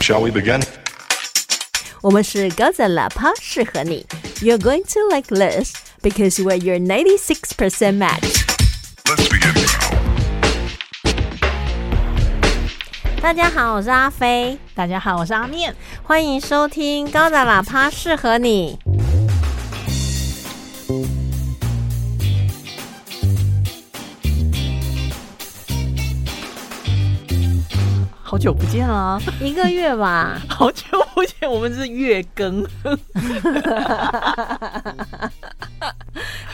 Shall we begin? 我们是高赞喇叭，适合你。You're going to like this because we're your 96% match。 Let's begin. 大家好，我是阿飞，大家好，我是阿面。欢迎收听高赞喇叭，适合你。好久不见啊了，一个月吧， 好久不见，我们是月 更，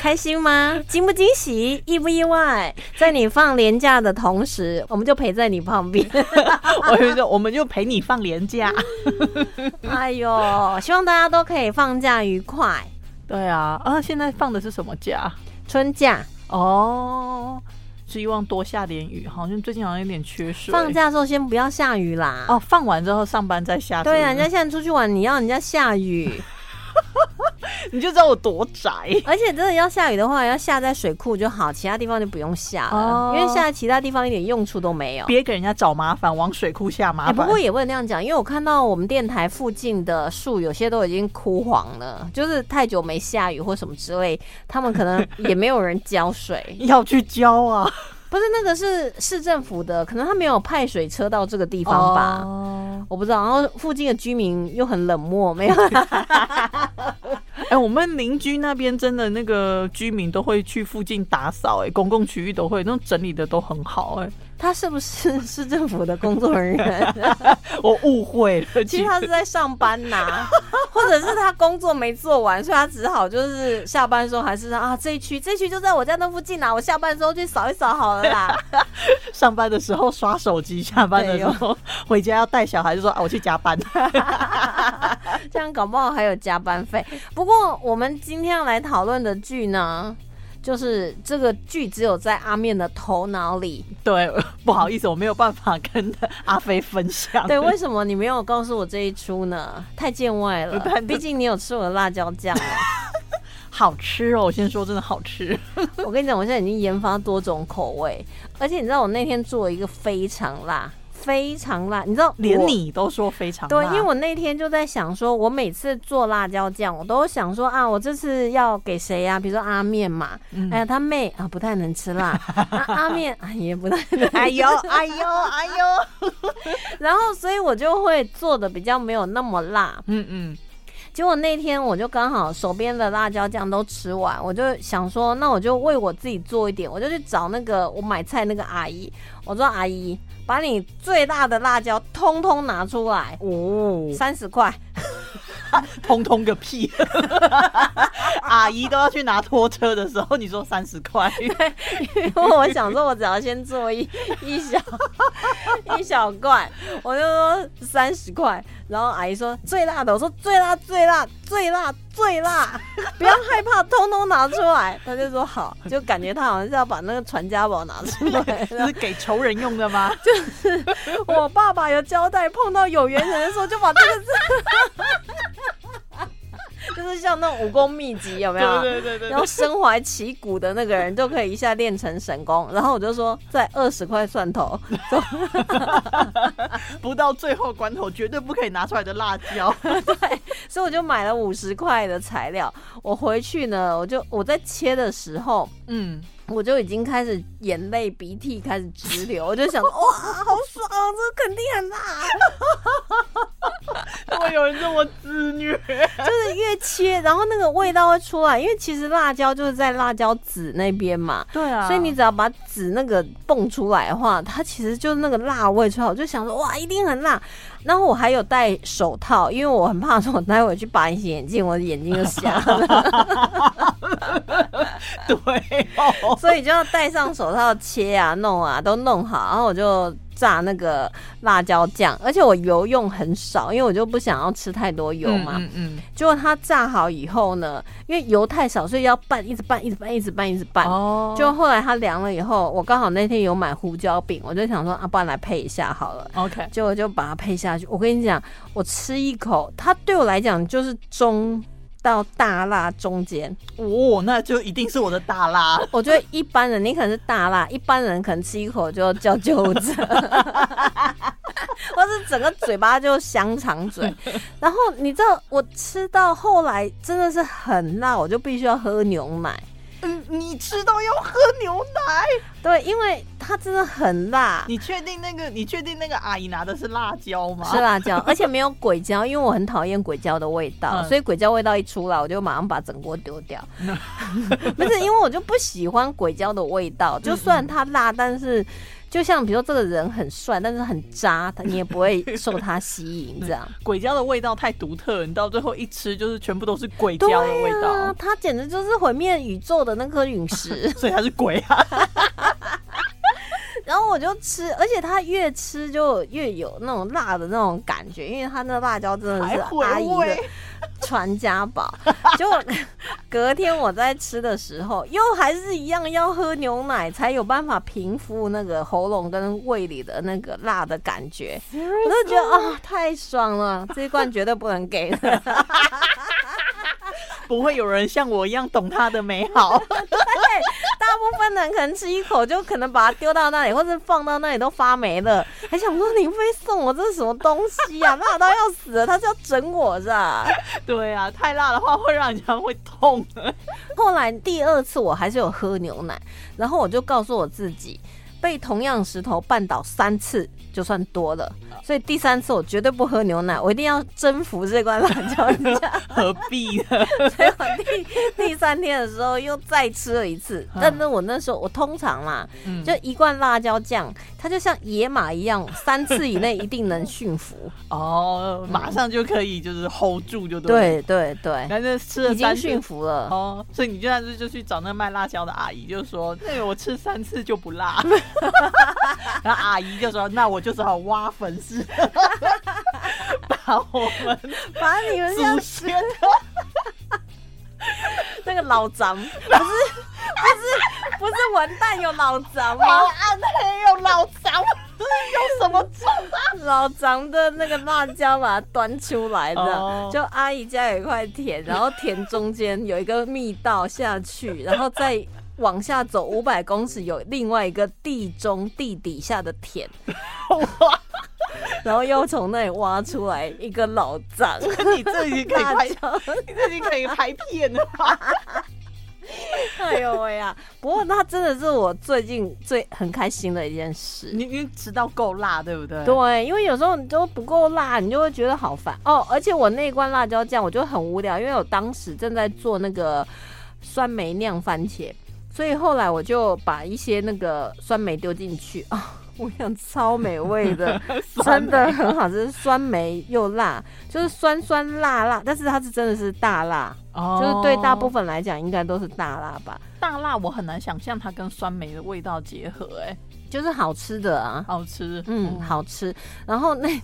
开心吗？惊不惊喜？意不意外？在你放年假的同时，我们就陪在你旁边。 我就说我们就陪你放年假。哎呦，希望大家都可以放假愉快，对啊，啊，现在放的是什么假？春假。哦，希望多下点雨，好像最近好像有点缺水。放假的时候先不要下雨啦。哦，放完之后上班再下。对啊，呀，人家现在出去玩，你要人家下雨，你就知道我多宅。而且真的要下雨的话，要下在水库就好，其他地方就不用下了，哦因为下在其他地方一点用处都没有。别给人家找麻烦，往水库下麻哎，烦。不过也不能那样讲，因为我看到我们电台附近的树有些都已经枯黄了，就是太久没下雨或什么之类，他们可能也没有人浇 水。要去浇 啊，不是那个是市政府的，可能他没有派水车到这个地方吧。哦我不知道，然后附近的居民又很冷漠，没有哎、我们邻居那边真的那个居民都会去附近打扫，哎，公共区域都会，那种整理的都很好、哎。他是不是市政府的工作人员？ 我误会了，其其实实他是在上班呐、 或者是他工作没做完，所以他只好就是下班的时候还是啊这一区这一区就在我家那附近啊啦，我下班的时候去扫一扫好了啦。上班的时候刷手机，下班的时候 回家要带小孩，就说啊，我去加班。这样搞不好还有加班费。不过我们今天要来讨论的剧呢，就是这个剧只有在阿面的头脑里。 对， 不好意思，我没有办法跟阿飞分享。对，为什么你没有告诉我这一出呢？太见外了不太，毕竟你有吃我的辣椒酱。 好吃哦，我先说真的好吃。 我跟你讲，我现在已经研发多种口味，而且你知道我那天做一个非常辣，非常辣，你知道连我你都说非常对，辣因为 我那天就在想说，我每次做辣椒酱，我都想说啊，我这次要给谁啊呀、比如说阿面嘛，嗯哎呀他妹啊不太能吃 辣，啊、阿面、啊、也不太能，哎呦哎呦哎呦， 然后所以我就会做的比较没有那么辣。嗯嗯，结果那天我就刚好手边的辣椒酱都吃完，我就想说，那我就为我自己做一点，我就去找那个我买菜那个阿姨，我说阿姨，把你最大的辣椒通通拿出来，哦，三十块。通通个屁！ 阿姨都要去拿拖车的时候，你说三十 块，因为我想说，我只要先做一一小一小罐，我就说三十块。然后阿姨说最辣的，我说最辣最辣最辣最辣，不要害怕，通通拿出来。他就说好，就感觉他好像是要把那个传家宝拿出 来。这是给仇人用的吗？我爸爸有交代，碰到有缘人的时候就把这个字， 就是像那种武功秘籍有没有？ 对对啊对 对然后身怀旗鼓的那个人就可以一下练成神功。然后我就说，在二十块蒜头，不到最后关头绝对不可以拿出来的辣椒。所以我就买了五十块的材料。我回去呢，我就我在切的时候， 嗯，我就已经开始眼泪鼻涕开始直流，我就想，哇，好爽，这肯定很辣。怎么有人这么自虐？就是越切，然后那个味道会出来，因为其实辣椒就是在辣椒籽那边嘛，对啊所以你只要把籽那个蹦出来的话，它其实就是那个辣味出来。我就想说，哇，一定很辣。然后我还有戴手套，因为我很怕说，我待会去拔隐形眼镜，我的眼睛就瞎 了，对哦，所以就要戴上手套切啊、弄啊，都弄好，然后我就。炸那个辣椒酱，而且我油用很少，因为我就不想要吃太多油嘛。嗯嗯结果它炸好以后呢，因为油太少，所以要拌，一直拌，一直拌，一直拌，一直拌。哦就后来它凉了以后，我刚好那天有买胡椒饼，我就想说啊，不然来配一下好了。 OK，结果就把它配下去。我跟你讲，我吃一口，它对我来讲就是中到大辣中间。哦，那就一定是我的大 辣。我觉得一 般人，你可能是大辣，一般人可能吃一口就叫救护车。我是整个嘴巴就香肠嘴。然后你知道，我吃到后来真的是很辣，我就必须要喝牛奶。嗯，你吃到要喝牛奶？对，因为它真的很辣，你确定那个？你确定那个阿姨拿的是啊辣椒吗？是辣椒，而且没有鬼椒，因为我很讨厌鬼椒的味道，嗯所以鬼椒味道一出来，我就马上把整锅丢掉。 不是因为我就不喜欢鬼椒的味道，就算它辣，但是就像比如说这个人很帅，但是很渣，你也不会受他吸 引这样。鬼椒的味道太独特，你到最后一吃就是全部都是鬼椒对的味道，。啊，它简直就是毁灭宇宙的那颗陨石 所以它是鬼 啊。然后我就吃，而且它越吃就越有那种辣的那种感觉，因为它那辣椒真的是还回阿姨的味啊传家宝。结果隔天我在吃的时候，又还是一样要喝牛奶才有办法平复那个喉咙跟胃里的那个辣的感觉。我就觉得啊、太爽了，这一罐绝对不能给的。不会有人像我一样懂它的美 好。大部分人可能吃一口就可能把它丢到那里，或者放到那里都发霉了，还想说你非送我这是什么东西呀、辣到要死了，他是要整我是吧？对啊，太辣的话会让人家会痛的。后来第二次我还是有喝牛奶，然后我就告诉我自己，被同样石头绊倒三次就算多了，所以第三次我绝对不喝牛奶，我一定要征服这罐辣椒酱。何必呢？所以我第第三天的时候又再吃了一次，但是我那时候我通常嘛，嗯就一罐辣椒酱，它就像野马一样，三次以内一定能驯服。哦，马上就可以就是 hold 住就 对对了。对对，但是吃了已经三驯次。服了。哦，所以你就算是就去找那卖辣椒的阿姨，就说那个我吃三次就 不辣，然后阿姨就说那我就只好挖坟 似的，把我们把你们像祖先那个老 张，不是不是不是文旦有老张吗好？暗黑有老张， 有什么重老张的那个辣椒把它端出来哦的，就阿姨家有一块田，然后田中间有一个密道下去，然后再往下走五百公尺有另外一个地中地底下的田， 哇？然后又从那里挖出来一个老张。你这已经可以辣拍，椒，你这已经可以拍片了 吧？哎呦喂呀！不过那真的是我最近最很开心的一件事。你你吃到够辣，对不对？对，因为有时候你都不够辣，你就会觉得好烦哦。而且我那一罐辣椒酱，我就很无聊，因为我当时正在做那个酸梅酿番茄，所以后来我就把一些那个酸梅丢进去 啊、我想超美味的，真的很好吃，酸梅又辣，就是酸酸辣辣，但是它是真的是大辣，哦就是对大部分来讲应该都是大辣吧，大辣，我很难想象它跟酸梅的味道结合、哎，就是好吃的啊。好吃。嗯，好吃。然后那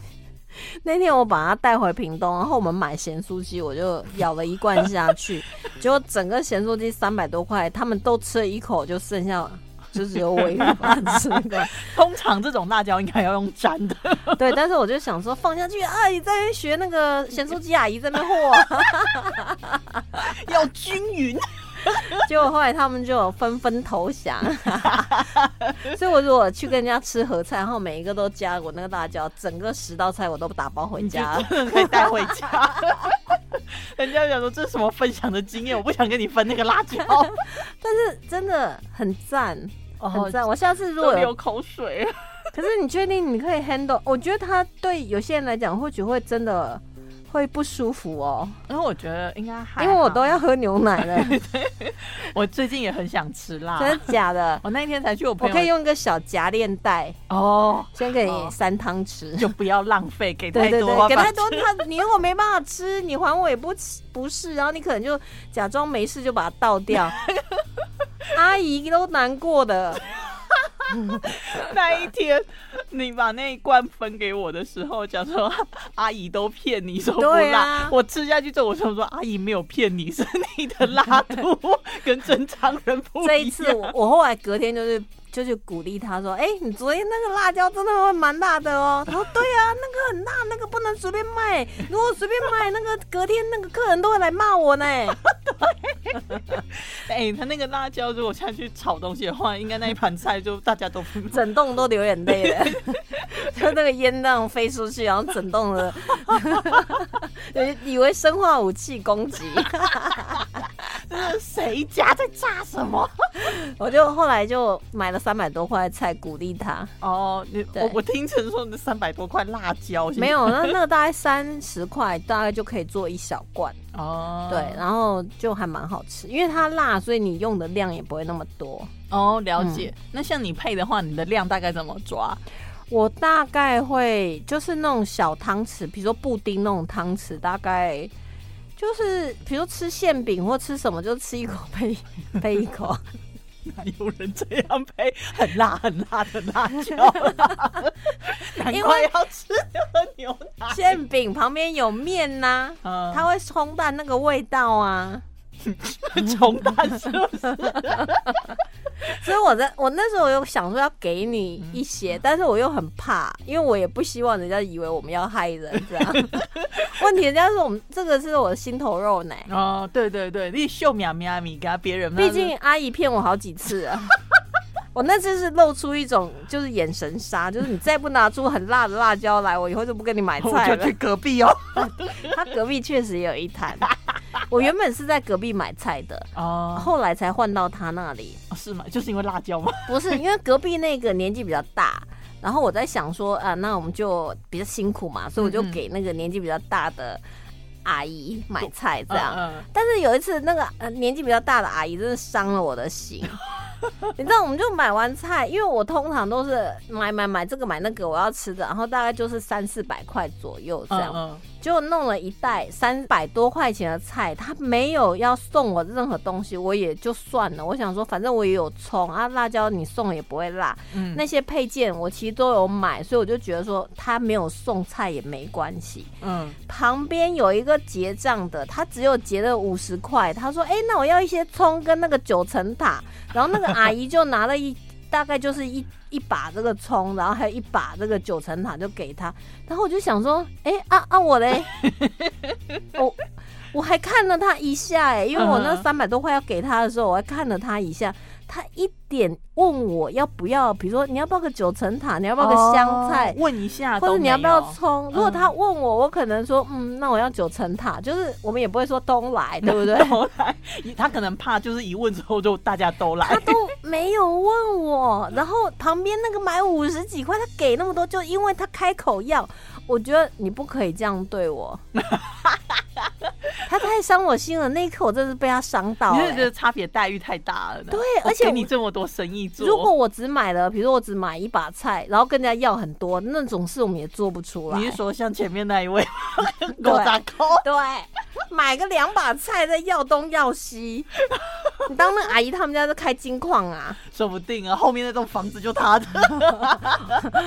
那天我把它带回屏东，然后我们买咸酥鸡，我就舀了一罐下去，结果整个咸酥鸡三百多块，他们都吃了一口，就剩下。就只有我一个把它吃了，通常这种辣椒应该要用沾的， 对，但是我就想说放下去，阿姨在那边学那个咸酥鸡阿姨在那边和，要均匀。 结果后来他们就有纷纷投降， 所以我如果去跟人家吃合菜，然后每一个都加我那个辣椒，整个十道菜我都打包回你就家了。 真的可以带回家。 人家想说这是什么分享的经验，我不想跟你分那个辣 椒。但是真的很赞，很赞。我下次哦如哦都果流有，口水。可是你确定你可以 handle？我觉得它对有些人来讲，或许会真的会不舒服哦，因为我觉得应该还好，因为我都要喝牛奶了，我最近也很想吃辣。真的假的？我那一天才 去我我朋友，可以用一个小夹链袋，哦，先给哦你三汤匙。就不要浪费，给太对对多吧，对，给太多他，你如果没办法吃，你还我也不吃不是，然后你可能就假装没事就把它倒 掉，阿姨都难过的。 那一天，你把那一罐分给我的时候，讲说 阿姨都骗你说不对辣，啊我吃下去之后，我想说阿姨没有骗你， 是你的辣度跟正常人不一样。这一次我我后来隔天就是就去鼓励他说：“哎、你昨天那个辣椒真的蛮辣的 哦。”他说：“对啊，那个很辣，那个不能随便卖。如果随便卖，那个隔天那个客人都会来骂我呢。哎、他那个辣椒如果下去炒东西的话，应该那一盘菜就大家都不整栋都流眼泪了，就那个烟浪飞出去，然后整栋的， 以为生化武器攻击。” 谁家在炸什么？我就后来就买了三百多块菜鼓励 他， 哦，你对我我听成说你三百多块辣椒，没有，那那个大概三十块，大概就可以做一小罐，哦，对，然后就还蛮好吃，因为它辣，所以你用的量也不会那么多。哦，了解。那像你配的话，你的量大概怎么抓？我大概会就是那种小汤匙，比如说布丁那种汤匙，大概就是比如说吃馅饼或吃什么，就吃一口 配配一口，哪有人这样配很辣很辣的辣椒啦？难因怪为要吃喝牛奶。馅饼旁边有面呐、嗯 它会冲淡那个味道啊。重蛋是不是？所以我在我那时候有想说要给你嗯一些，但是我又很怕，因为我也不希望人家以为我们要害人 这样。问题人家说我们这个是我的心头肉呢，哦，对对对，你秀苗苗米给他别人，毕竟阿姨骗我好几次 了。我那次是露出一种就是眼神杀，就是你再不拿出很辣的辣椒来，我以后就不跟你买那菜我就了去。隔壁哦。他隔壁确实也有一摊，我原本是在隔壁买菜的， 哦，后来才换到他那里。是吗？就是因为辣椒吗？不 是，因为隔壁那个年纪比较大，然后我在想说，啊，那我们就比较辛苦嘛，所以我就嗯嗯给那个年纪比较大的阿姨买菜这样。嗯，但是啊有一次，那个、呃、年纪比较大的阿姨真的伤了我的 心。你知道，我们就买完菜，因为我通常都是买买买这个买那个我要吃的，然后大概就是三四百块左右这嗯样。嗯结果弄了一袋三百多块钱的菜，他没有要送我任何东西，我也就算了。我想说，反正我也有葱啊，辣椒你送了也不会辣，嗯，那些配件我其实都有买，所以我就觉得说他没有送菜也没关系。嗯旁边有一个结账的，他只有结了五十块，他说：“哎、那我要一些葱跟那个九层塔。”然后那个阿姨就拿了一大概就是一一把这个葱，然后还有一把这个九层塔就给他。然后我就想说：“哎、啊啊我 嘞，我我还看了他一下哎、因为我那嗯哼三百多块要给他的时候，我还看了他一下。”他一点问我要不要，比如说你要不要个九层塔，你要不要个香菜，哦问一下或都没有，者你要不要葱？如果嗯他问我，我可能说，嗯，那我要九层塔，就是我们也不会说东 来，对不对？都来，他可能怕就是一问之后就大家都来他，都没有问我，然后旁边那个买五十几块，他给那么多，就因为他开口要，我觉得你不可以这样对 我，他太伤我心了。那一刻我真是被他伤到、你是欸觉得差别待遇太大了呢？对我而且给我你这么多生意做，如果我只买了，比如说我只买一把菜，然后跟人家要很多，那种事我们也做不出来。你是说像前面那 一位狗杂狗？对，买个两把菜再要东要西。你当那阿姨他们家是开金矿啊，说不定啊，后面那栋房子就 他的，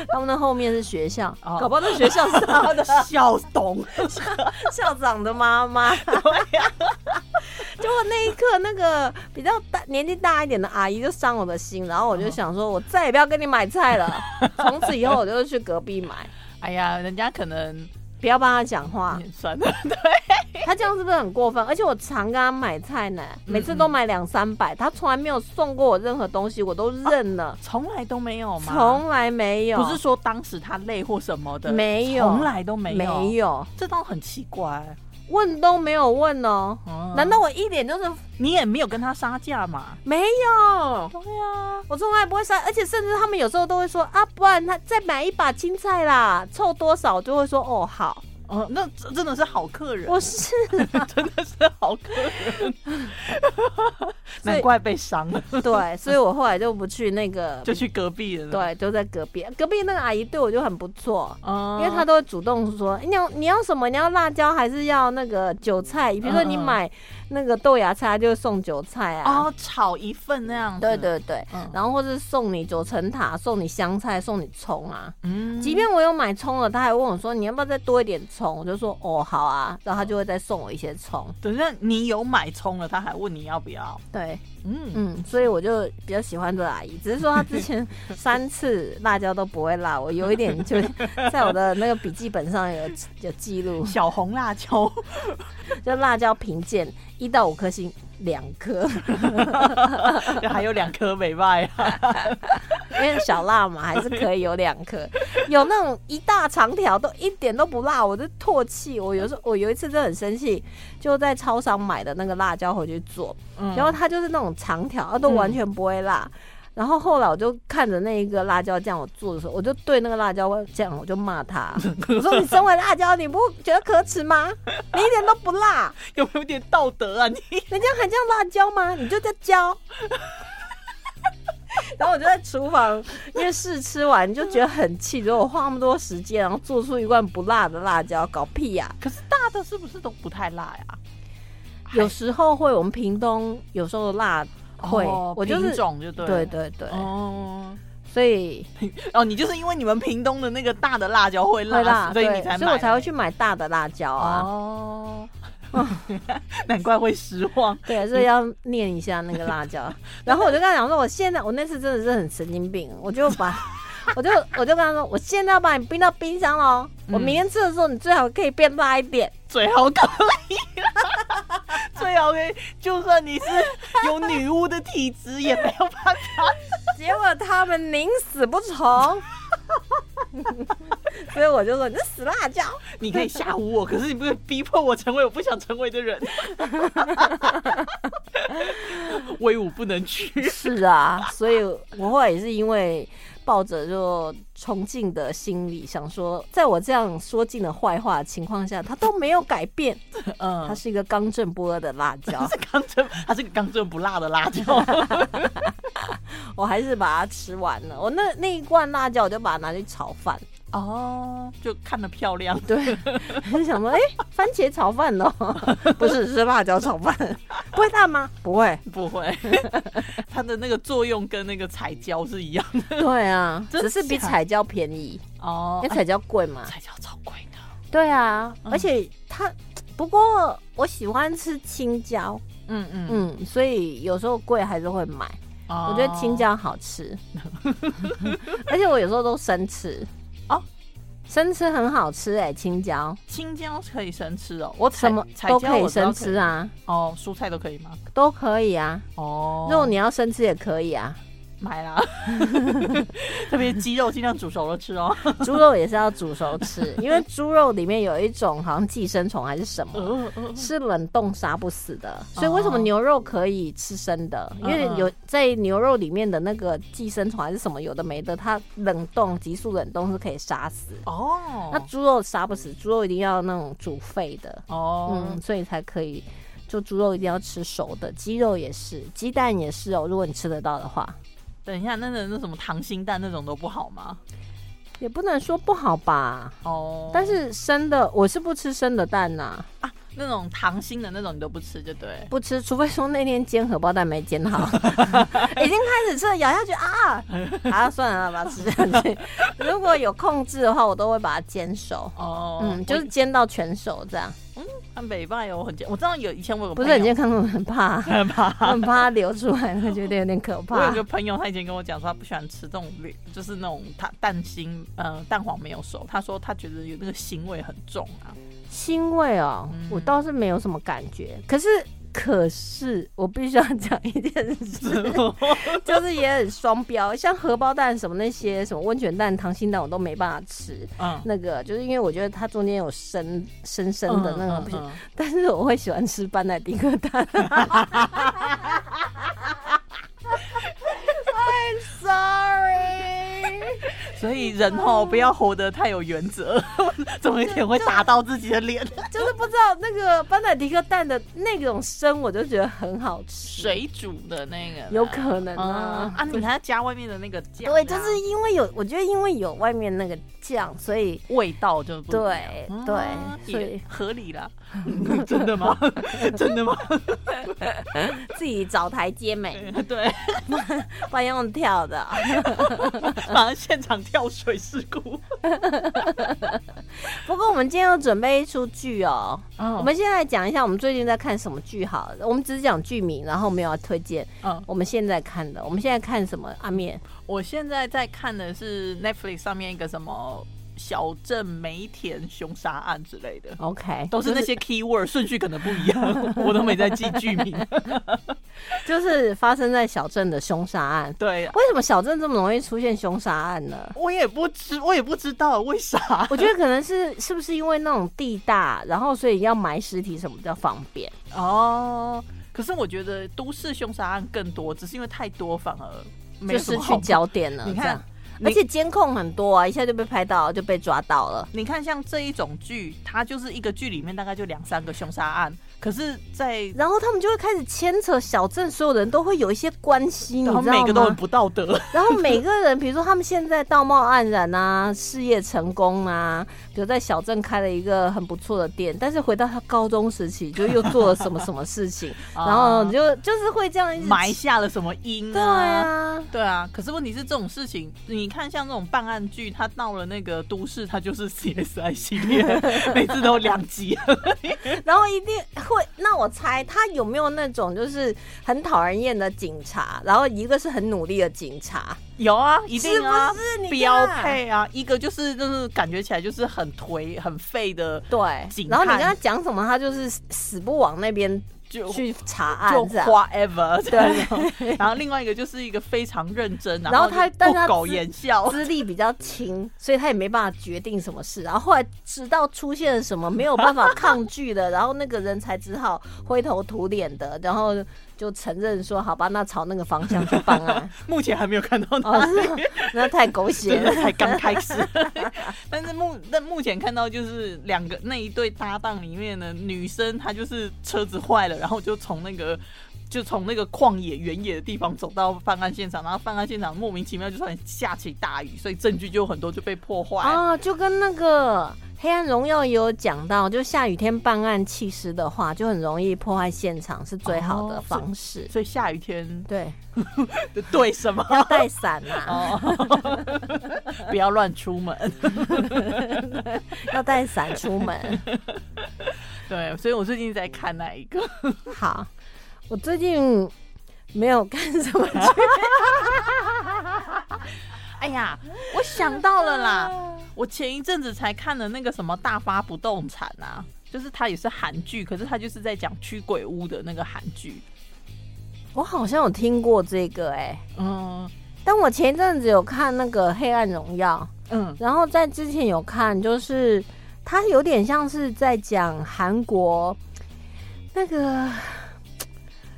他们那后面是学校，哦搞不好那学校是他 的笑懂。校长的妈妈。对呀、 结果那一刻，那个比较大年纪大一点的阿姨就伤我的心，然后嗯我就想说，我再也不要跟你买菜了，从此以后我就去隔壁买，哎呀，人家可能不要帮他讲 话。也算 了，他这样是不是很过分？而且我常跟他买菜呢，每次嗯都买两三百，他从来没有送过我任何东西，我都认了，从来都没有嘛。从来没有。不是说当时他累或什么的，没有从来都没有，没有这倒很奇怪。问都没有问哦。嗯难道我一点就是你也没有跟他杀价嘛？没有？对啊，我从来不会删，而且甚至他们有时候都会说啊，不然他再买一把青菜啦，凑多少我就会说哦 好。哦、那真真的是好客人，我是 真的是好客 人，难怪被伤了，对，所以我后来就不去那个， 就去隔壁了。，对，就在隔壁，隔壁那个阿姨对我就很不错。嗯因为她都会主动说，哎你要你要什么？你要辣椒还是要那个韭菜？比如说你嗯嗯买那个豆芽菜，她就会送韭菜啊。哦炒一份那样子，对，对对，嗯然后或是送你九层塔，送你香菜，送你葱啊。嗯即便我有买葱了，他还问我说你要不要再多一点葱，我就说哦好啊，然后他就会再送我一些葱。等一下你有买葱了，他还问你要不要？对，嗯，嗯，所以我就比较喜欢这个阿姨，只是说她之前 三次辣椒都不会辣，我有一点就在我的那个笔记本上有有记录，小红 辣椒，就辣椒评鉴一到五颗星两颗，还有两颗没卖啊。因为小辣嘛还是可以有两颗，有那种一大长条都一点都不辣，我就唾弃。我有时候我有一次真的很生气，就在超商买的那个辣椒回去做，嗯然后它就是那种长条，它都完全不会辣。然后后来我就看着那一个辣椒酱，我做的时候，我就对那个辣椒酱，我就骂他，我说：“你身为辣椒，你不觉得可耻吗？你一点都不辣，有没有点道德啊？你人家还叫辣椒吗？你就叫 椒。”然后我就在厨房，因为试吃完就觉得很气，如果我花那么多时间，然后做出一罐不辣的辣椒，搞屁呀、可是大的是不是都不太辣呀？有时候会，我们屏东有时候辣会，哦我就品是种就对对了，对对，哦所以哦，你就是因为你们屏东的那个大的辣椒会辣，会辣，所以对你才买，所以我才会去买大的辣椒啊。 哦。 难怪会失望。对，所以要念一下那个辣 椒。然后我就跟他讲说，我现在我那次真的是很神经病，我就把， 我就我就跟他说，我现在要把你冰到冰箱了哦，我嗯明天吃的时候你最好可以变辣一点。最好可以啦，最好可以，就算你是有女巫的体质，也没有办法。结果他们宁死不 从。所以我就说你这死辣椒，你可以吓唬我，可是你不能逼迫我成为我不想成为的人，威武不能屈。是啊，所以我后来也是因为抱着就崇敬的心理，想说，在我这样说尽了坏话的情况下，他都没有改变，他嗯，是一个刚正不阿的辣椒他，是刚正，他是个刚正不辣的辣椒。我还是把它吃完了。我那那一罐辣椒，我就把它拿去炒饭，哦，就看得漂亮。对，就想说，哎、番茄炒饭 哦，不是是辣椒炒饭， 不会辣吗？不会，不会，它的那个作用跟那个彩椒是一样的对啊，真只是比假彩椒便宜，哦因为彩椒贵嘛，彩椒超贵的，哎对啊，嗯而且它不过我喜欢吃青椒，嗯嗯嗯，所以有时候贵还是会买。哦我觉得青椒好吃， 而且我有时候都生吃哦，生吃很好吃哎、青椒青椒可以生吃哦，我什么彩都椒可以我知道生吃啊，哦，蔬菜都可以吗？都可以啊，哦肉你要生吃也可以啊，买啦， 特别鸡肉尽量煮熟了吃哦。猪肉也是要煮熟吃，因为猪肉里面有一种好像寄生虫还是什么。呃呃是冷冻杀不死的，所以为什么哦牛肉可以吃生的？因为嗯嗯有在牛肉里面的那个寄生虫还是什么有的没的，它冷冻急速冷冻是可以杀死。哦，那猪肉杀不死，猪肉一定要那种煮沸的，哦嗯，所以才可以。就猪肉一定要吃熟的，鸡肉也是，鸡蛋也是哦。如果你吃得到的话，等一下，那个那什么溏心蛋那种都不好吗？也不能说不好吧。哦，但是生的我是不吃生的蛋呐、啊，那种溏心的那种你都不吃，就对。不吃，除非说那天煎荷包蛋没煎好， 已经开始吃了，咬下去啊啊，算了，把它吃下去。如果有控制的话，我都会把它煎熟，哦，嗯，就是煎到全熟这样，很北拜哦，我很健，我知道有以前我有个不是朋很友 健康，我很怕， 很怕。我很怕它流出来，会觉得有点可我有怕一。个朋友，他以前跟我讲说，他不喜欢吃这种，就是那种他蛋心，呃，蛋黄没有熟。他说他觉得有那个腥味很重啊。腥味哦嗯，我倒是没有什么感觉，可是。可是我必须要讲一件 事，就是也很双标，像荷包蛋什么那些什么温泉蛋、溏心蛋，我都没办法吃。 嗯，那个，就是因为我觉得它中间有深深深的那个不行，嗯但是我会喜欢吃班乃迪克蛋。I'm sorry，嗯所以人哦，不要活得太有原则， 总有一天会打到自己的脸。就是不知道那个班乃迪克蛋的那种生，我就觉得很好吃， 水煮的那个啦有可能嗯啊。啊，你还要加外面的那个酱啊，对，就是因为有，我觉得因为有外面那个酱，所以味道就不一样对嗯对所以也合理啦。 真 的吗？真的吗？自己找 台阶美， 对，不然用跳的。马上现场跳水事故。不过我们今天要准备一出剧哦，我我们先来讲一下我们最近在看什么剧好了。我们只是讲剧名，然后没有要推荐嗯，我们现在看的。我们现在看什么？阿面我现在在看的是 Netflix 上面一个什么小镇梅田凶杀案之类的。 ，OK，都 是那些 keyword 顺序可能不一样， 我都没在记剧 名。就是发生在小镇的凶杀案。对，为什么小镇这么容易出现凶杀案呢？我也不知，我也不知道为啥。我觉得可能是是不是因为那种地大，然后所以要埋尸体什么比较方便。哦，可是我觉得都市凶杀案更多，只是因为太多，反而没就有什失么去好焦点了。你这看样，你而且监控很多啊，一下就被拍到，就被抓到了。你看，像这一种剧，它就是一个剧里面大概就两三个凶杀案，可是在，然后他们就会开始牵扯小镇所有人都会有一些关系，你知然后道每个都很吗？不道德。 然后每个人，比如说他们现在道貌岸然啊，事业成功啊，比如在小镇开了一个很不错的店，但是回到他高中时期就又做了什么什么事情，然后你 就啊就是会这样一直埋下了什么因、对啊？啊，对啊，可是问题是这种事情，你看像这种办案剧，它到了那个都市，它就是 CSI 系 列，每次都两集。啊然后一定会。那我猜他有没有那种就是很讨人厌的警察，然后一个是很努力的警察，有啊，一定啊，是不是你看标？配啊，一个就是就是感觉起来就是很颓很废的，对，警然后你探跟他讲什么，他就是死死不往那边就去查就案，这啊样。 whatever 这种， 然后另外一个就是一个非常认真，然后他就但是他不苟自言笑，资历比较轻，所以他也没办法决定什么事。然后后来直到出现了什么没有办法抗拒 的，然后那个人才只好灰头土脸的，然后就承认说：“好吧，那朝那个方向去办 案。目前还没有看到”哦哪，里，是吗那太狗血真的 了。才刚开始。但是目但目前看到就是两个那一对搭档里面的女生，她就是车子坏了，然后就从那个。就从那个旷野、原野的地方走到犯案现场，然后犯案现场莫名其妙就突然下起大雨，所以证据就很多就被破坏。啊，就跟那个《黑暗荣耀》也有讲到，就下雨天办案弃尸的话，就很容易破坏现场，是最好的哦方式。所以下雨天对，对什么？ 要带伞啦，哦，不要乱出门。要带伞出门。对，所以我最近在看那一个，好，我最近没有干什么剧，哎呀，我想到了啦，哦我前一阵子才看了那个什么《大发不动产》啊，就是它也是韩剧，可是它就是在讲驱鬼屋的那个韩剧。我好像有听过这个哎、嗯但我前一阵子有看那个《黑暗荣耀》，嗯然后在之前有看，就是它有点像是在讲韩国那个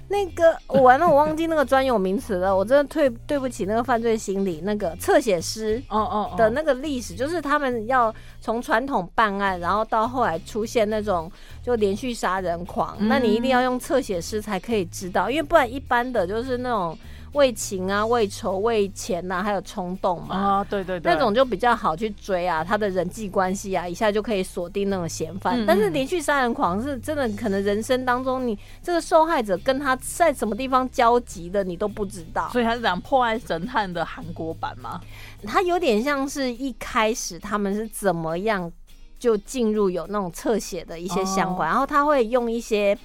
那个，我完了，我忘记那个专有名词了，我真的对对不起那个犯罪心理那个侧写师。哦哦哦的那个历史，就是他们要从传统办案，然后到后来出现那种就连续杀人狂，嗯那你一定要用侧写师才可以知道，因为不然一般的就是那种为情啊、为仇、为钱呐、还有冲动嘛，啊、对对对，那种就比较好去追啊，他的人际关系啊，一下就可以锁定那种嫌犯。嗯但是嗯连续杀人狂是真的，可能人生当中你这个受害者跟他在什么地方交集的，你都不知道。所以它是讲破案神探的韩国版嘛。他有点像是一开始他们是怎么样就进入有那种侧写的一些相哦关，然后他会用一些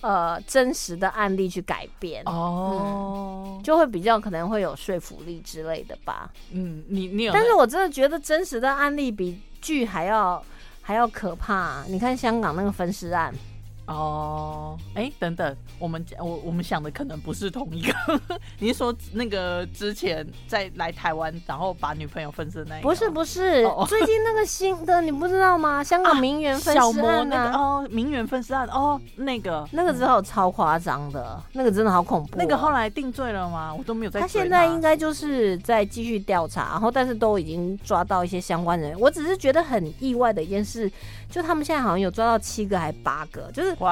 呃真实的案例去改编。哦，就会比较可能会有说服力之类的吧，嗯，你你有那，但是我真的觉得真实的案例比剧还要还要可怕、你看香港那个分尸案，哎哦，哎，等等，我们我我们想的可能不是同一个。 你是说那个之前在来台湾，然后把女朋友分身那一个不吗？是不是，哦哦啊最近那个新的你不知道 吗？香港名媛分小尸魔案那个啊，哦，名媛分尸案哦，那个那个之后超夸张的，那个真的好恐怖哦、那个后来定罪了吗？我都没有在他追现在它应该就是在继续调查，然后但是都已经抓到一些相关人。我只是觉得很意外的一件事，就他们现在好像有抓到七个还八个，就是喂，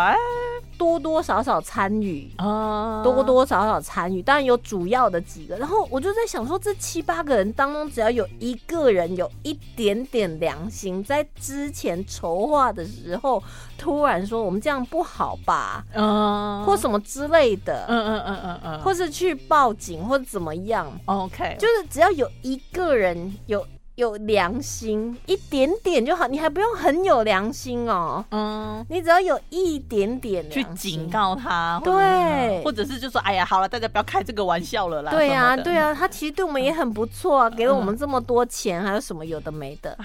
多多少少参与，啊多多少少参与，当然有主要的几个。然后我就在想说，这七八个人当中，只要有一个人有一点点良心，在之前筹划的时候，突然说我们这样不好吧，嗯，或什么之类的，嗯嗯嗯嗯嗯，或是去报警或者怎么样， OK，就是只要有一个人有有良心，一点点就好，你还不用很有良心哦，嗯。你只要有一点点去良心警。告他，或者对是或者是就说，哎呀，好了，大家不要开这个玩笑了啦。对呀、啊，对啊，他其实对我们也很不错啊，给了我们这么多钱，还有什么有的没的，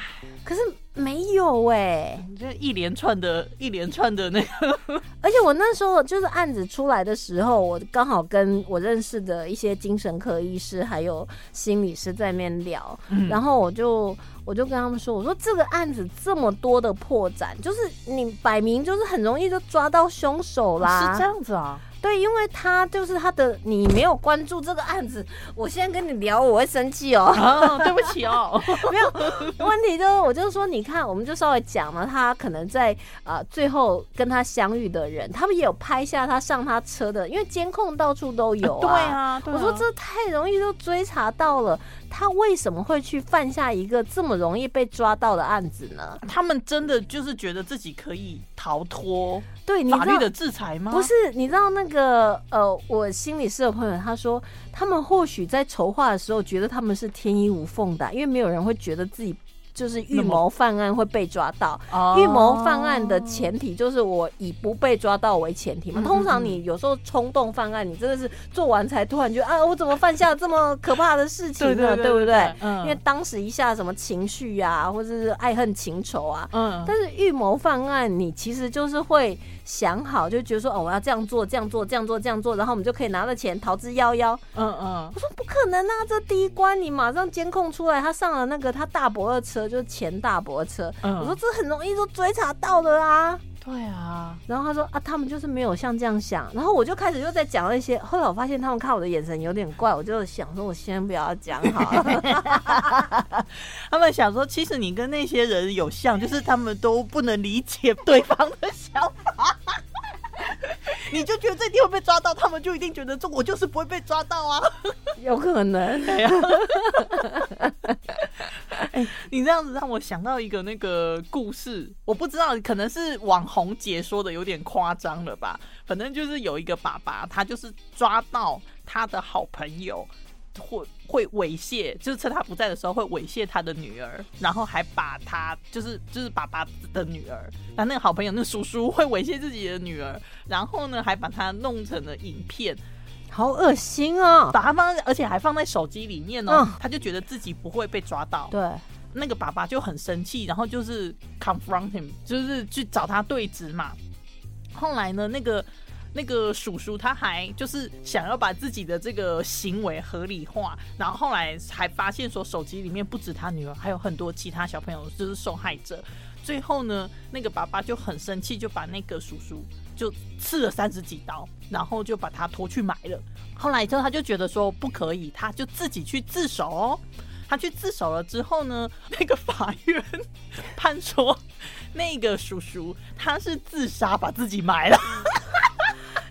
可是没有哎、你这一连串的、一连串的那个，而且我那时候就是案子出来的时候，我刚好跟我认识的一些精神科医师还有心理师在那边聊，嗯然后我就我就跟他们说，我说这个案子这么多的破绽，就是你摆明就是很容易就抓到凶手啦，是这样子 啊，对，因为他就是他的，你没有关注这个案子，我现在跟你聊我会生气哦。哦，对不起哦，没有问题，就是我就说，你看，我们就稍微讲了他可能在呃最后跟他相遇的人，他们也有拍下他上他车的，因为监控到处都有、对啊，对啊我说这太容易就追查到了，他为什么会去犯下一个这么容易被抓到的案子呢？他们真的就是觉得自己可以逃脱对，你知法律道的制裁吗？不是，你知道那个呃，我心理师的朋友他说，他们或许在筹划的时候觉得他们是天衣无缝的啊，因为没有人会觉得自己就是预那么谋犯案会被抓到。哦，预谋犯案的前提就是我以不被抓到为前提嘛。嗯通常你有时候冲动犯案，你真的是做完才突然觉得啊，我怎么犯下这么可怕的事情对呢？对对不对对？？嗯因为当时一下什么情绪呀，或者是爱恨情仇啊。嗯，但是预谋犯案，你其实就是会想好，就觉得说哦，我要这样做，这样做，这样做，这样做，然后我们就可以拿了钱逃之夭夭。嗯嗯我说不可能啊，这第一关你马上监控出来，他上了那个他大伯的车，就是前大伯的车，嗯，我说这很容易就追查到了啊。对啊，然后他说啊，他们就是没有像这样想。然后我就开始又在讲了一些，后来我发现他们看我的眼神有点怪，我就想说，我先不要讲好了。他们想说，其实你跟那些人有像，就是他们都不能理解对方的想法。 你就觉得这一定会被抓到，他们就一定觉得这我就是不会被抓到啊！有可能，你这样子让我想到一个那个故事，我不知道，可能是网红解说的有点夸张了吧。反正就是有一个爸爸，他就是抓到他的好朋友会会猥亵，就是趁他不在的时候会猥亵他的女儿，然后还把他就是就是爸爸的女儿，那那个好朋友那个叔叔 会猥亵自己的女儿，然后呢还把他弄成了影片，好恶心哦。把他放在，而且还放在手机里面哦，嗯他就觉得自己不会被抓到。对，那个爸爸就很生气，然后就是 confront him，就是去找他对质嘛。后来呢，那个那个叔叔他还就是想要把自己的这个行为合理化，然后后来还发现说手机里面不止他女儿，还有很多其他小朋友就是受害者。最后呢，那个爸爸就很生气，就把那个叔叔就刺了三十几刀，然后就把他拖去埋了。后来之后他就觉得说不可以，他就自己去自首哦。他去自首了之后呢， 那个法院判说那个叔叔他是自杀把自己埋了。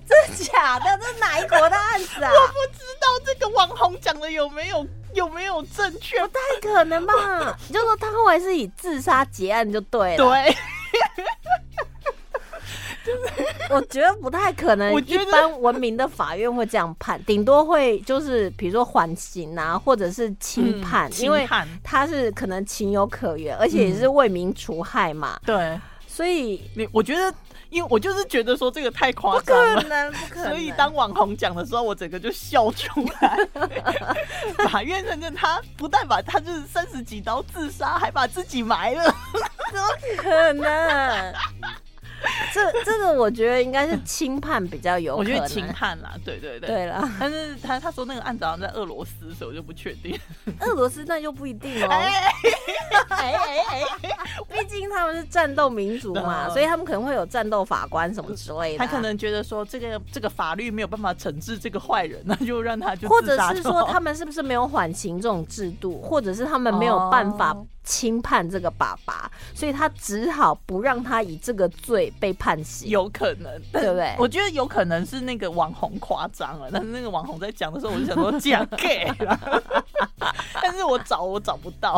真的假的？这是哪一国的案子啊？我知道这个网红讲的有没有有没有正 确？不太可能吧？你就说他后来是以自杀结案就对了。对，我觉得不太可能。我觉得一般文明的法院会这样判，顶多会就是比如说缓刑啊，或者是轻判，嗯因为轻判他是可能情有可原，而且也嗯是为民除害嘛，对所以你，我觉得，因为我就是觉得说这个太不夸张可了。能，不可能。所以当网红讲的时候，我整个就笑出来。 法院认证他不但把他就是三十几刀自杀，还把自己埋了。可能。这这个我觉得应该是轻判比较有我可觉能。得轻判啦，对对对。对啦，但是他他说那个案子好像在俄罗斯，所以我就不确定。俄罗斯那就不一定哦。哎哎哎，毕竟他们是战斗民族嘛，嗯所以他们可能会有战斗法官什么之类的啊、 他可能觉得说这个这个法律没有办法惩治这个坏人，那就让他就或自者杀是就说好他们是不是没有缓刑这种制度，或者是他们没有办法哦轻判这个爸爸，所以他只好不让他以这个罪被判刑，有可能，对不对？我觉得有可能是那个网红夸张了，但是那个网红在讲的时候，我就想说假 gay 啦， 但是我找我找不到，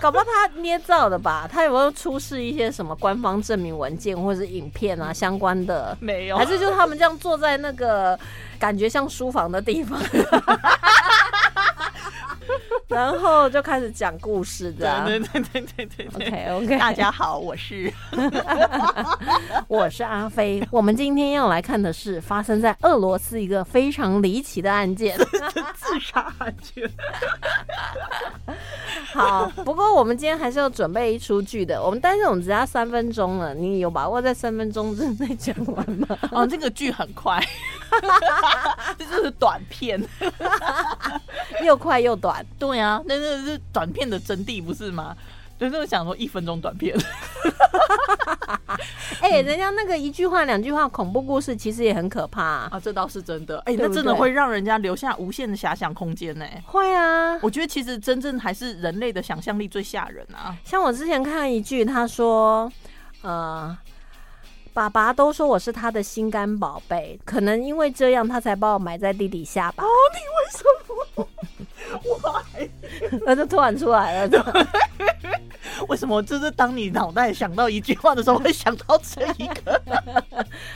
搞不好他捏造的吧？他有没有出示一些什么官方证明文件或者是影片啊相关的？没有还，是就是他们这样坐在那个感觉像书房的地方， 然后就开始讲故事这样。对对对对对对。啊 OK OK，大家好，我是我是阿飞。我们今天要来看的是发生在俄罗斯一个非常离奇的案件。自杀案件，好，不过我们今天还是要准备一出剧的。我们但是我们只要三分钟了，你有把握在三分钟之内讲完吗？哦，这个剧很快， 这就是短片。 又快又短。对啊，那那是短片的真谛不是吗？就是我想说一分钟短片，哎、嗯人家那个一句话、两句话恐怖故事其实也很可怕、啊。 啊，这倒是真的，哎、对那不真的对会让人家留下无限的遐想空间呢、会啊，我觉得其实真正还是人类的想象力最吓人啊！像我之前看一句，他说，呃，爸爸都说我是他的心肝宝贝，可能因为这样，他才把我埋在地底下吧。哦， 你为什么？我呃那就突然出来了，为什么就是当你脑袋想到一句话的时候，会想到这一 个？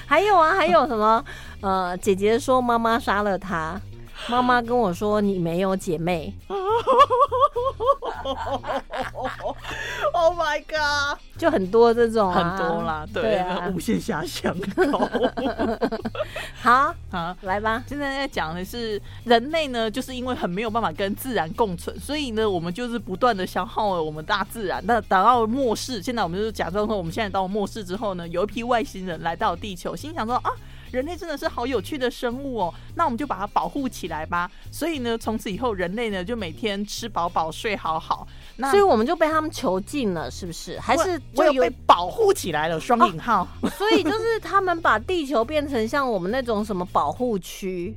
还有啊，还有什么？呃，姐姐说妈妈杀了他，妈妈跟我说你没有姐妹， Oh my god！就很多这种、啊，很多啦，对，对啊无限遐 想好，啊。来吧，现在在讲的是人类呢，就是因为很没有办法跟自然共存，所以呢，我们就是不断的消耗了我们大自然。那达到末世，现在我们就是假装说，我们现在到末世之后呢，有一批外星人来到地球，心想说啊。人类真的是好有趣的生物哦，那我们就把它保护起来吧。所以呢，从此以后，人类呢就每天吃饱饱、睡好好。那所以我们就被他们囚禁了，是不是？还是我就有有被保护起来了，双引号。所以就是他们把地球变成像我们那种什么保护 区，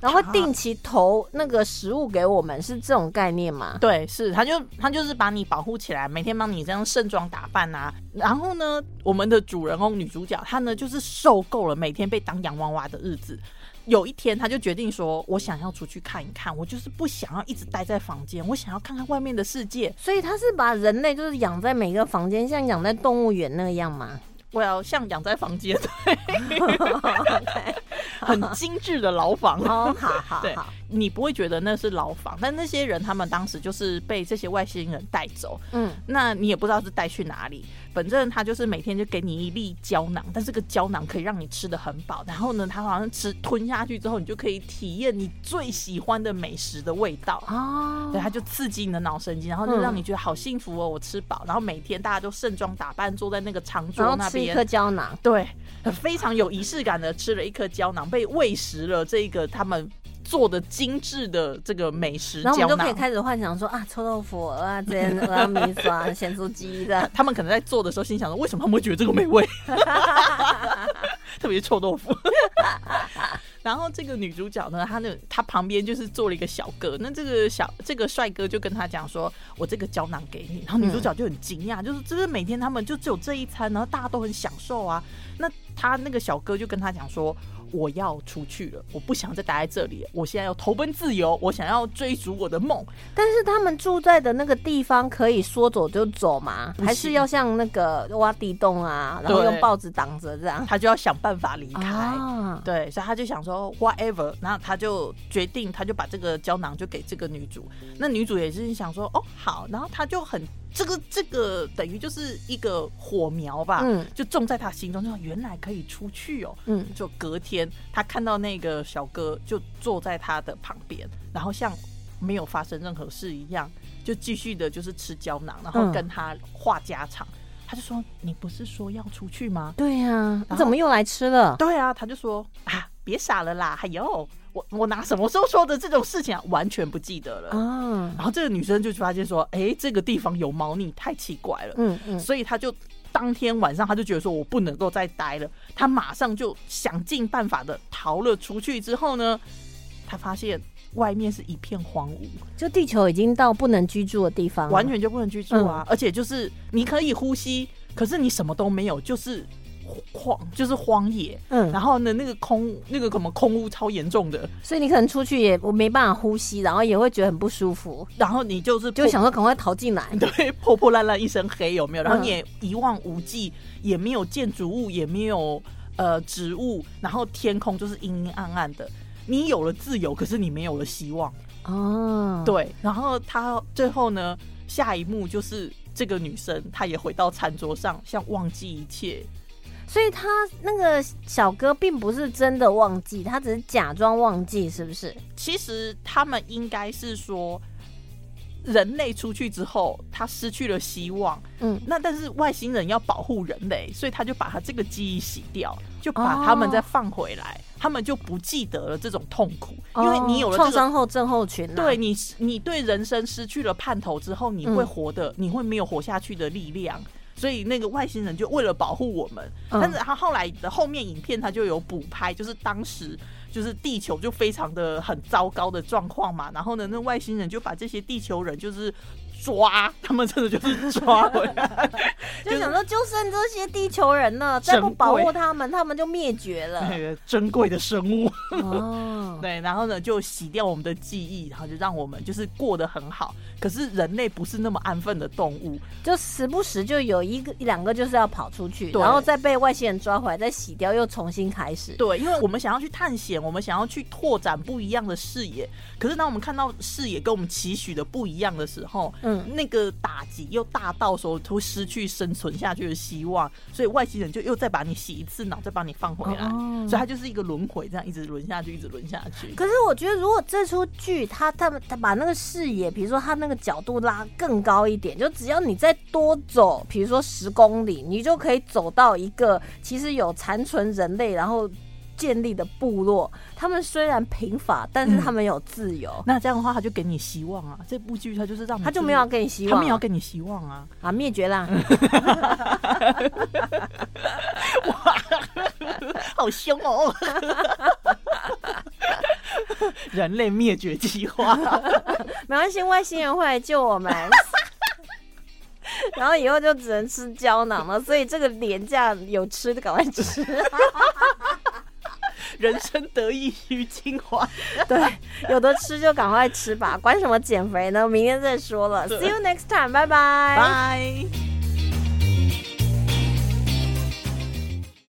然后会定期投那个食物给我们，是这种概念吗？对，是，他就他就是把你保护起来，每天帮你这样盛装打扮啊。然后呢，我们的主人公女主角她呢就是受够了每天被当洋娃娃的日子。有一天，她就决定说：“我想要出去看一看，我就是不想要一直待在房间，我想要看看外面的世界。所以他是把人类就是养在每个房间，像养在动物园那样 吗？我要像养在房间， OK， 很精致的牢房。”哦，好好对好，你不会觉得那是牢房，但那些人他们当时就是被这些外星人带走，嗯，那你也不知道是带去哪里。反正他就是每天就给你一粒胶囊，但这个胶囊可以让你吃的很饱。然后呢，它好像吃吞下去之后，你就可以体验你最喜欢的美食的味道。哦，对，它就刺激你的脑神经，然后就让你觉得好幸福哦，我吃饱。然后每天大家都盛装打扮，坐在那个长然桌后那吃一边颗，胶囊，对，非常有仪式感的吃了一颗胶囊，被喂食了这个他们做的精致的这个美食然后我胶们就可以囊。开始幻想说啊，臭豆腐啊，这啊米索啊，咸酥鸡的，他们可能在做的时候，心想说：为什么他们会觉得这个美味？特别是臭豆腐。然后这个女主角呢，她那她旁边就是做了一个小哥，那这个小这个帅哥就跟她讲说：“我这个胶囊给你。”然后女主角就很惊讶，就是就是每天他们就只有这一餐，然后大家都很享受啊。那他那个小哥就跟她讲说。我要出去了，我不想再待在这里了，我现在要投奔自由，我想要追逐我的梦。但是他们住在的那个地方可以说走就走吗？不还是行要像那个挖地洞啊，然后对用报纸挡着这样？他就要想办法离开。啊，对，所以他就想说 whatever，然后他就决定，他就把这个胶囊就给这个女主，那女主也是想说哦好，然后他就很这个这个等于就是一个火苗吧，嗯就种在他心中，就说原来可以出去哦。嗯，就隔天，他看到那个小哥就坐在他的旁边，然后像没有发生任何事一样，就继续的就是吃胶囊，然后嗯跟他话家常。他就说：“你不是说要出去吗？”对呀、啊，你后怎么又来吃了？对啊，他就说啊，别傻了啦，还有我我哪什么时候说的这种事情啊，完全不记得了。啊，然后这个女生就发现说，哎、这个地方有猫腻，太奇怪了，嗯嗯，所以她就。当天晚上，她就觉得说我不能够再待了，她马上就想尽办法的逃了出去。之后呢，她才发现外面是一片荒芜，就地球已经到不能居住的地方了，完全就不能居住啊！而且就是你可以呼吸，可是你什么都没有，就是荒，就是荒野。嗯然，后呢，那个空那个什么空屋超严重的，所以你可能出去也我没办法呼吸，然后也会觉得很不舒服，然后你就是就破想说赶快逃进来。 对破破烂烂一身黑有没有？然后嗯你也一望无际，也没有建筑物，也没有呃植物，然后天空就是阴阴暗暗的。你有了自由，可是你没有了希望。哦，，对，然后他最后呢，下一幕就是这个女生，她也回到餐桌上，像忘记一切。所以他那个小哥并不是真的忘记，他只是假装忘记，是不是？其实他们应该是说，人类出去之后，他失去了希望。嗯，那但是外星人要保护人类，所以他就把他这个记忆洗掉，就把他们再放回来，他们就不记得了这种痛苦，因为你有哦了创这个。伤后症候群、啊，对，你，你对人生失去了盼头之后，你会嗯活的，你会没有活下去的力量。所以那个外星人就为了保护我们，嗯但是他后来的后面影片他就有补拍，就是当时就是地球就非常的很糟糕的状况嘛，然后呢，那外星人就把这些地球人就是抓，他们真的就是抓回 来，就想说就剩这些地球人了，再不保护他们，他们就灭绝 了。那个哎珍贵的生 物。哦，对，然后呢就洗掉我们的记忆，然后就让我们就是过得很好。可是人类不是那么安分的动物， 就时不时就有一个一两个就是要跑出去，对然后再被外星人抓回来，再洗掉，又重新开始。对，因为我们想要去探险，我们想要去拓展不一样的视野。可是当我们看到视野跟我们期许的不一样的时候，嗯，那个打击又大到时候会失去生存下去的希望，所以外星人就又再把你洗一次脑，再把你放回来，哦所以它就是一个轮回，这样一直轮下去，一直轮下去。可是我觉得，如果这出剧他他们他把那个视野，比如说他那个角度拉更高一点，就只要你再多走，比如说十公里，你就可以走到一个其实有残存人类，然后。建立的部落，他们虽然贫乏，但是嗯他们有自由，那这样的话，他就给你希望啊！这部剧它就是让你他就知没有要给你希他望，们也要给你希望啊！啊，灭绝啦！好凶哦！ 人类灭绝计划，没关系，外星人会来救我们。然后以后就只能吃胶囊了，所以这个廉价有吃的赶快吃。 人生得意须尽欢。对，有的吃就赶快吃吧，管什么减肥呢？明天再说了。对 See you next time，拜拜。 拜。